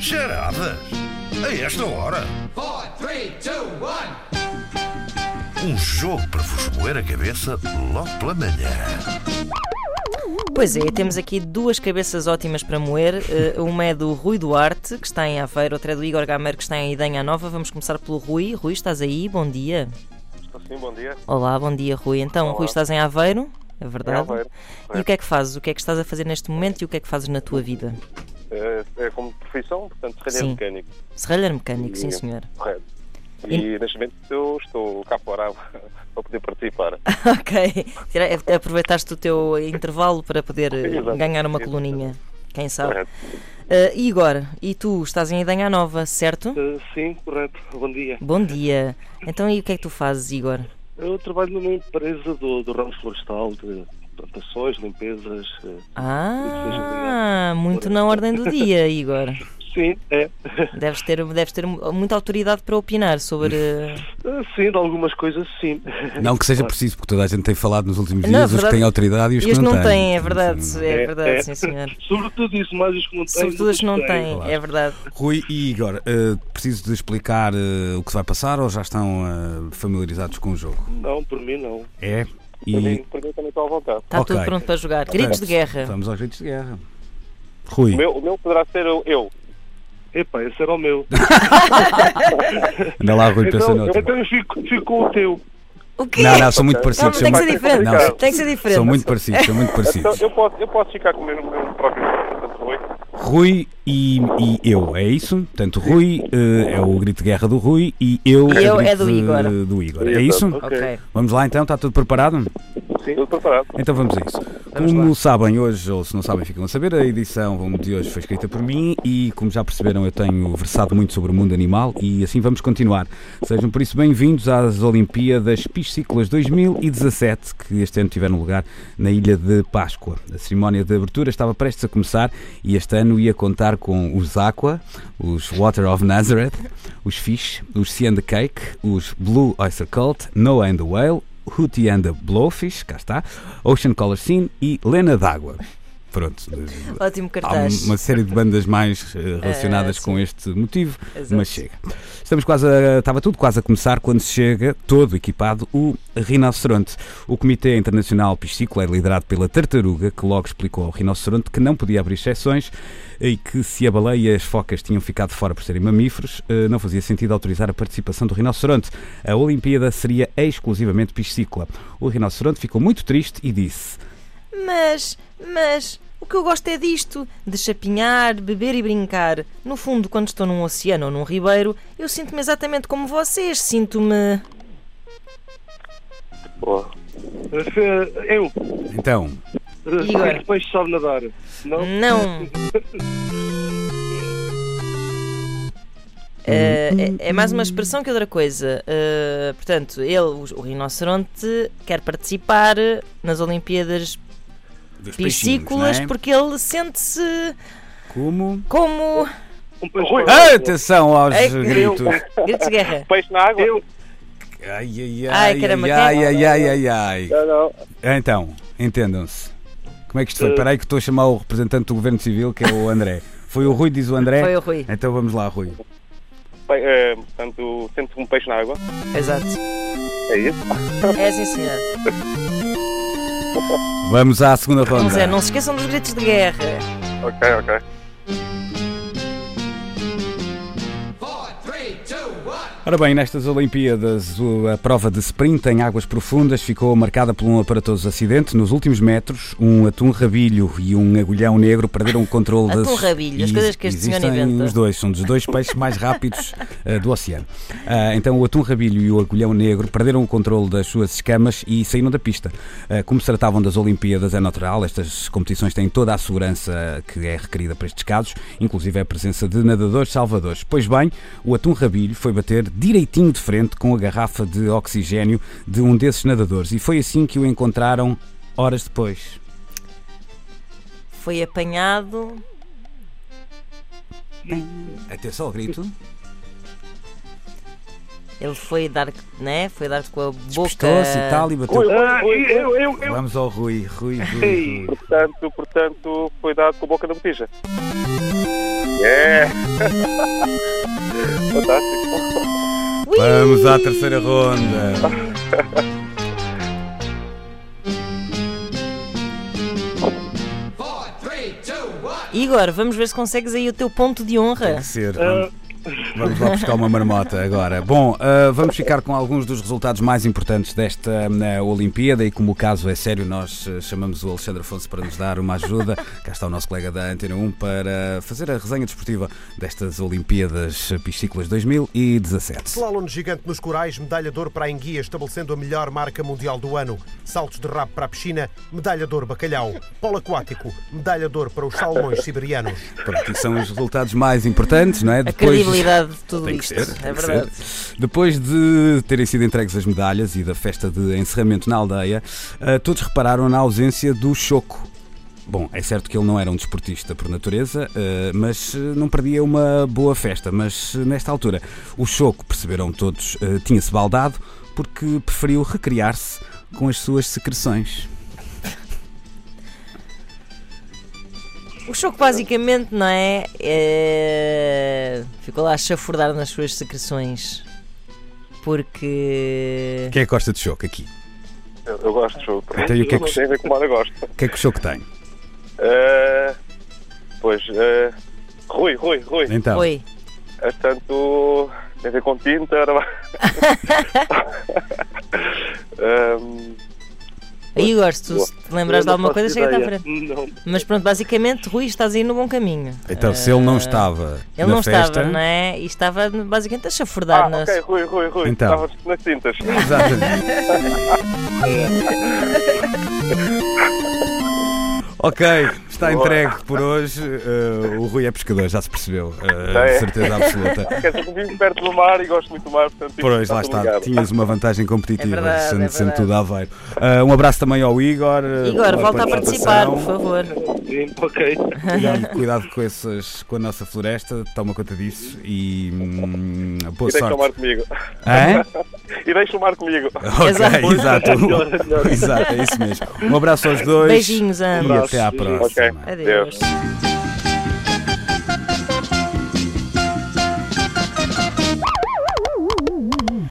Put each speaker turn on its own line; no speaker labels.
Charadas? A esta hora?
four, three, two, one.
Um jogo para vos moer a cabeça logo pela manhã.
Pois é, temos aqui duas cabeças ótimas para moer. Eh, Uma é do Rui Duarte, que está em Aveiro, outra é do Igor Gameiro, que está em Idenha Nova. Vamos começar pelo Rui. Rui, estás aí? Bom dia.
Estou sim, bom dia.
Olá, bom dia, Rui. Então, Rui, estás em Aveiro? É verdade.
Em Aveiro,
E o que é que fazes? O que é que estás a fazer neste momento e o que é que fazes na tua vida?
É, é como profissão, portanto, serralheiro
Sim.
mecânico,
Serralheiro mecânico, sim, senhor.
correto. E neste momento eu estou cá fora para poder participar.
Ah.
ok. Tira- Aproveitaste o teu intervalo para poder eh,
Exato.
ganhar uma
Exato.
coluninha. Quem sabe?
Correto.
Eh, Igor, e tu estás em Idenha Nova, certo?
Eh, sim, correto. Bom dia.
Bom dia. Então, e o que é que tu fazes, Igor?
Eu trabalho numa empresa do, do ramo florestal, de plantações, limpezas. eh.
Ah, muito na ordem do dia, Igor.
Sim, é.
Deves ter, deves ter muita autoridade para opinar sobre.
Eh, Sim, de algumas coisas, sim.
Não que seja preciso, porque toda a gente tem falado nos últimos
É Não,
dias,
é
os que
verdade.
têm autoridade e os
E
que
os
não têm.
é verdade, é verdade, sim senhor.
Sobretudo isso, mais os que não têm.
Sobretudo os que não têm,
claro.
é verdade.
Rui e Igor, eh, preciso de explicar eh, o que se vai passar ou já estão eh, familiarizados com o jogo?
Não, por mim não.
É.
Para,
E
mim, para mim também estou à vontade.
Está
Ok.
tudo pronto para jogar. Gritos de
Portanto,
guerra.
Vamos aos gritos de guerra.
O
Rui,
meu, o meu poderá ser eu. eu.
Epá, esse era o meu.
anda lá, Rui, pensa
Então,
no outro.
então eu fico, fico com o teu.
O quê?
Não, não, são muito parecidos.
Não, mas
são
tem que ser
muito-
diferente.
Não,
Tem que ser diferente.
são muito parecidos, são muito
Então,
parecidos.
eu posso, eu posso ficar com o meu, meu próprio jogo, portanto, Rui.
Rui e, e eu, é isso? Portanto, Rui eh, é o grito de guerra do Rui e eu,
E eu
o grito
é do Igor.
de- do Igor. É isso?
Ok.
Vamos lá então, está tudo preparado?
Sim. Estou preparado.
Então vamos a isso. Como sabem hoje, ou se não sabem, ficam a saber, a edição vamos, de hoje foi escrita por mim e, como já perceberam, eu tenho versado muito sobre o mundo animal e assim vamos continuar. Sejam por isso bem-vindos às Olimpíadas Piscícolas 2017, que este ano tiveram lugar na Ilha de Páscoa. A cerimónia de abertura estava prestes a começar e este ano ia contar com os Aqua, os Water of Nazareth, os Fish, os Sea and the Cake, os Blue Oyster Cult, Noah and the Whale, Hootie and the Blowfish, cá está, Ocean Color Scene e Lena d'Água. Pronto.
Ótimo
Há
cartaz. É,
uma série de bandas mais eh, relacionadas
sim.
com este motivo,
Exato.
mas chega. Estamos quase a, estava tudo quase a começar quando chega, todo equipado, o rinoceronte. O Comitê Internacional Piscícola é liderado pela tartaruga, que logo explicou ao rinoceronte que não podia abrir exceções e que se a baleia e as focas tinham ficado fora por serem mamíferos, eh, não fazia sentido autorizar a participação do rinoceronte. A Olimpíada seria exclusivamente piscícola. O rinoceronte ficou muito triste e disse:
Mas, mas, o que eu gosto é disto, de chapinhar, beber e brincar. No fundo, quando estou num oceano ou num ribeiro, eu sinto-me exatamente como vocês, sinto-me.
Boa.
Eh, Eu,
Então,
Igor.
que peixe sabe nadar? Não?
Uhum.
Não. Eh, é, é mais uma expressão que outra coisa. Eh, portanto, ele, o, o rinoceronte, quer participar nas Olimpíadas
dos
piscícolas
peixinhos, não é?
porque ele sente-se
Como?
como.
Um peixe
Rui. um
fora.
Atenção aos
Ai, É que-
gritos.
Gritos de guerra.
Peixe na água?
Eu.
Ai,
Ai,
ai, ai,
caramba,
ai,
quem- é?
ai, ai, ai, ai,
Não, não.
ai. Então, entendam-se. Como é que isto
Uh.
foi?
Eh.
Espera aí que estou a chamar o representante do Governo Civil, que é o André. Foi o Rui, diz o André.
Foi o Rui.
Então vamos lá, Rui.
Pe- eh, portanto, sente-se um peixe na água.
Exato.
É isso?
É sim, senhor.
Vamos à segunda
Não,
ronda.
Zé, não se esqueçam dos gritos de guerra.
Ok, ok.
Four, three, two, one.
Ora bem, nestas Olimpíadas, o- a prova de sprint em águas profundas ficou marcada por um aparatoso acidente. Nos últimos metros, um atum rabilho e um agulhão negro perderam o controle das...
Atum rabilho, as
E
coisas que este senhor
existem
inventa.
os dois, são dos dois peixes mais rápidos eh, do oceano. Ah, então, o atum rabilho e o agulhão negro perderam o controle das suas escamas e saíram da pista. Ah, como se tratavam das Olimpíadas, é natural, estas competições têm toda a segurança que é requerida para estes casos, inclusive a presença de nadadores salvadores. Pois bem, o atum rabilho foi bater direitinho de frente com a garrafa de oxigênio de um desses nadadores e foi assim que o encontraram horas depois.
Foi apanhado.
Atenção ao grito.
Ele foi dar, né? Foi dar com a boca.
Postou-se e tal e bateu.
Ah, eu, eu, eu.
Vamos ao Rui, Rui, Rui,
Ei.
Rui.
Portanto, portanto, foi dado com a boca da botija.
É.
Yeah! Fantástico.
Vamos à terceira ronda.
Four, three, two, one.
Igor, vamos ver se consegues aí o teu ponto de honra.
Tem que ser. Vamos, vamos lá buscar uma marmota agora. Bom, ah, vamos ficar com alguns dos resultados mais importantes desta ah, Olimpíada e como o caso é sério, nós ah, chamamos o Alexandre Afonso para nos dar uma ajuda. Cá está o nosso colega da Antena 1 para fazer a resenha desportiva destas Olimpíadas Piscícolas 2017.
Slalom gigante nos corais, medalha de ouro para a Enguia, estabelecendo a melhor marca mundial do ano. Saltos de rabo para a piscina, medalha de ouro bacalhau. Polo aquático, medalha de ouro para os salmões siberianos.
Pronto, e são os resultados mais importantes, não é?
A credibilidade de tudo
Tem que
isto.
ser, tem
é
que
verdade.
ser. Depois de terem sido entregues as medalhas e da festa de encerramento na aldeia, ah, todos repararam na ausência do Choco. Bom, é certo que ele não era um desportista por natureza, ah, mas ah, não perdia uma boa festa. Mas ah, nesta altura, o Choco, perceberam todos, ah, tinha-se baldado porque preferiu recriar-se com as suas secreções.
O choco basicamente, não é? É, Ficou lá a chafurdar nas suas secreções. Porque.
Quem é que gosta de Choco aqui?
Eu, eu gosto de jogo.
Então, e o que é que-
Tem a ver com moda, eu gosto.
O que é que o Choco tem?
Eh, pois, eh, Rui, Rui, Rui.
Então,
Oi.
Portanto, tem a ver com tinta. é? era lá. Ehm,
Igor, se tu
Boa.
se te lembras de alguma coisa, chega-te à frente.
Não.
Mas pronto, basicamente, Rui, estás aí no bom caminho.
então se ele não
Ah,
estava
Ele
na
não
festa,
estava, não é? E estava basicamente a chafurdar
ah,
nas.
ok, Rui, Rui, Rui.
Então.
Estava nas tintas.
Exatamente. ok, está
Boa.
entregue por hoje. Eh, o Rui é pescador, já se percebeu. eh,
Já é.
de certeza absoluta.
Quer dizer, que vivo perto do mar e gosto muito do mar, portanto.
Por hoje, lá
tudo
está.
ligado.
Tinhas uma vantagem competitiva,
É verdade,
sendo,
é
sendo
verdade.
tudo a ver. um abraço também ao Igor. eh,
Igor,
boa
volta a participar,
participação.
por favor.
Sim, ok.
E cuidado com, essas, com a nossa floresta, toma conta disso e hum, boa
E deixa o mar
sorte.
comigo.
Hã?
E deixa o mar comigo.
Ok,
Exato.
exato. exato, é isso mesmo. Um abraço aos dois.
Beijinhos a
e
ambos.
até à próxima.
Ok.
Adeus.
Adeus.